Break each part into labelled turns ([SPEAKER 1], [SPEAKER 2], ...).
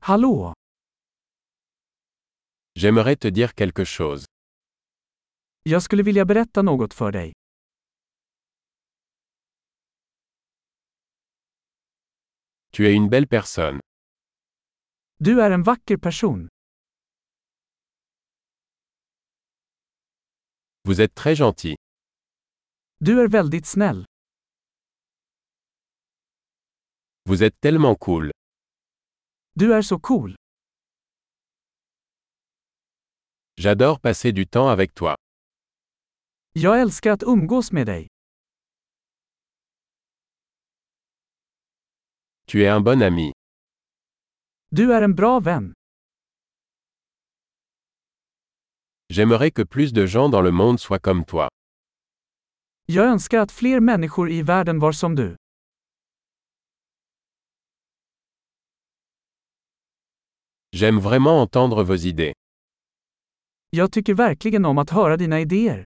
[SPEAKER 1] Hallå!
[SPEAKER 2] J'aimerais te dire quelque chose.
[SPEAKER 1] Jag skulle vilja berätta något för dig.
[SPEAKER 2] Tu es une belle personne.
[SPEAKER 1] Du är en vacker person.
[SPEAKER 2] Vous êtes très gentil.
[SPEAKER 1] Du är väldigt snäll.
[SPEAKER 2] Vous êtes tellement cool.
[SPEAKER 1] Du är så cool.
[SPEAKER 2] J'adore passer du temps avec toi.
[SPEAKER 1] Jag älskar att umgås med dig.
[SPEAKER 2] Tu es un bon ami.
[SPEAKER 1] Du är en bra vän.
[SPEAKER 2] J'aimerais que plus de gens dans le monde soient comme toi.
[SPEAKER 1] Jag önskar att fler människor i världen var som du.
[SPEAKER 2] J'aime vraiment entendre vos idées.
[SPEAKER 1] Jag tycker verkligen om att höra dina idéer.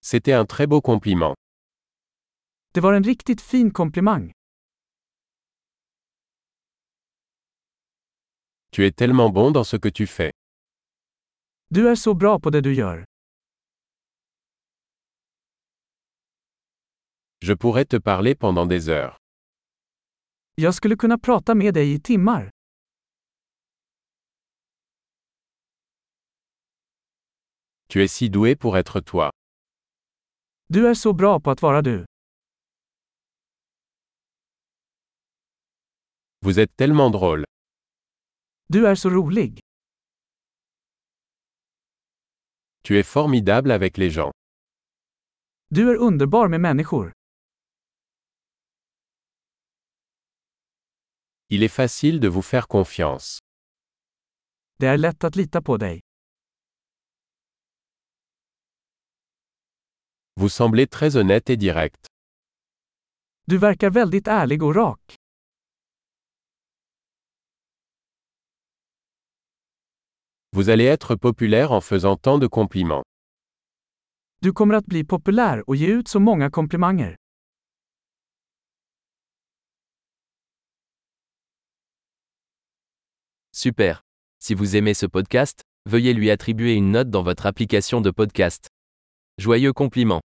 [SPEAKER 2] C'était un très beau compliment.
[SPEAKER 1] Det var en riktigt fin komplimang.
[SPEAKER 2] Tu es tellement bon dans ce que tu fais.
[SPEAKER 1] Du är så bra på det du gör.
[SPEAKER 2] Je pourrais te parler pendant des heures.
[SPEAKER 1] Jag skulle kunna prata med dig i timmar.
[SPEAKER 2] Tu es si doué pour être toi.
[SPEAKER 1] Du är så bra på att vara du.
[SPEAKER 2] Vous êtes tellement drôle.
[SPEAKER 1] Du är så rolig.
[SPEAKER 2] Tu es formidable avec les gens.
[SPEAKER 1] Du är underbar med människor.
[SPEAKER 2] Il est facile de vous faire confiance.
[SPEAKER 1] Det är lätt att lita på dig.
[SPEAKER 2] Vous semblez très honnête et direct.
[SPEAKER 1] Du verkar väldigt ärlig och rak.
[SPEAKER 2] Vous allez être populaire en faisant tant de compliments.
[SPEAKER 1] Du kommer att bli populär och ge ut så många komplimanger.
[SPEAKER 3] Super. Si vous aimez ce podcast, veuillez lui attribuer une note dans votre application de podcast. Joyeux compliment.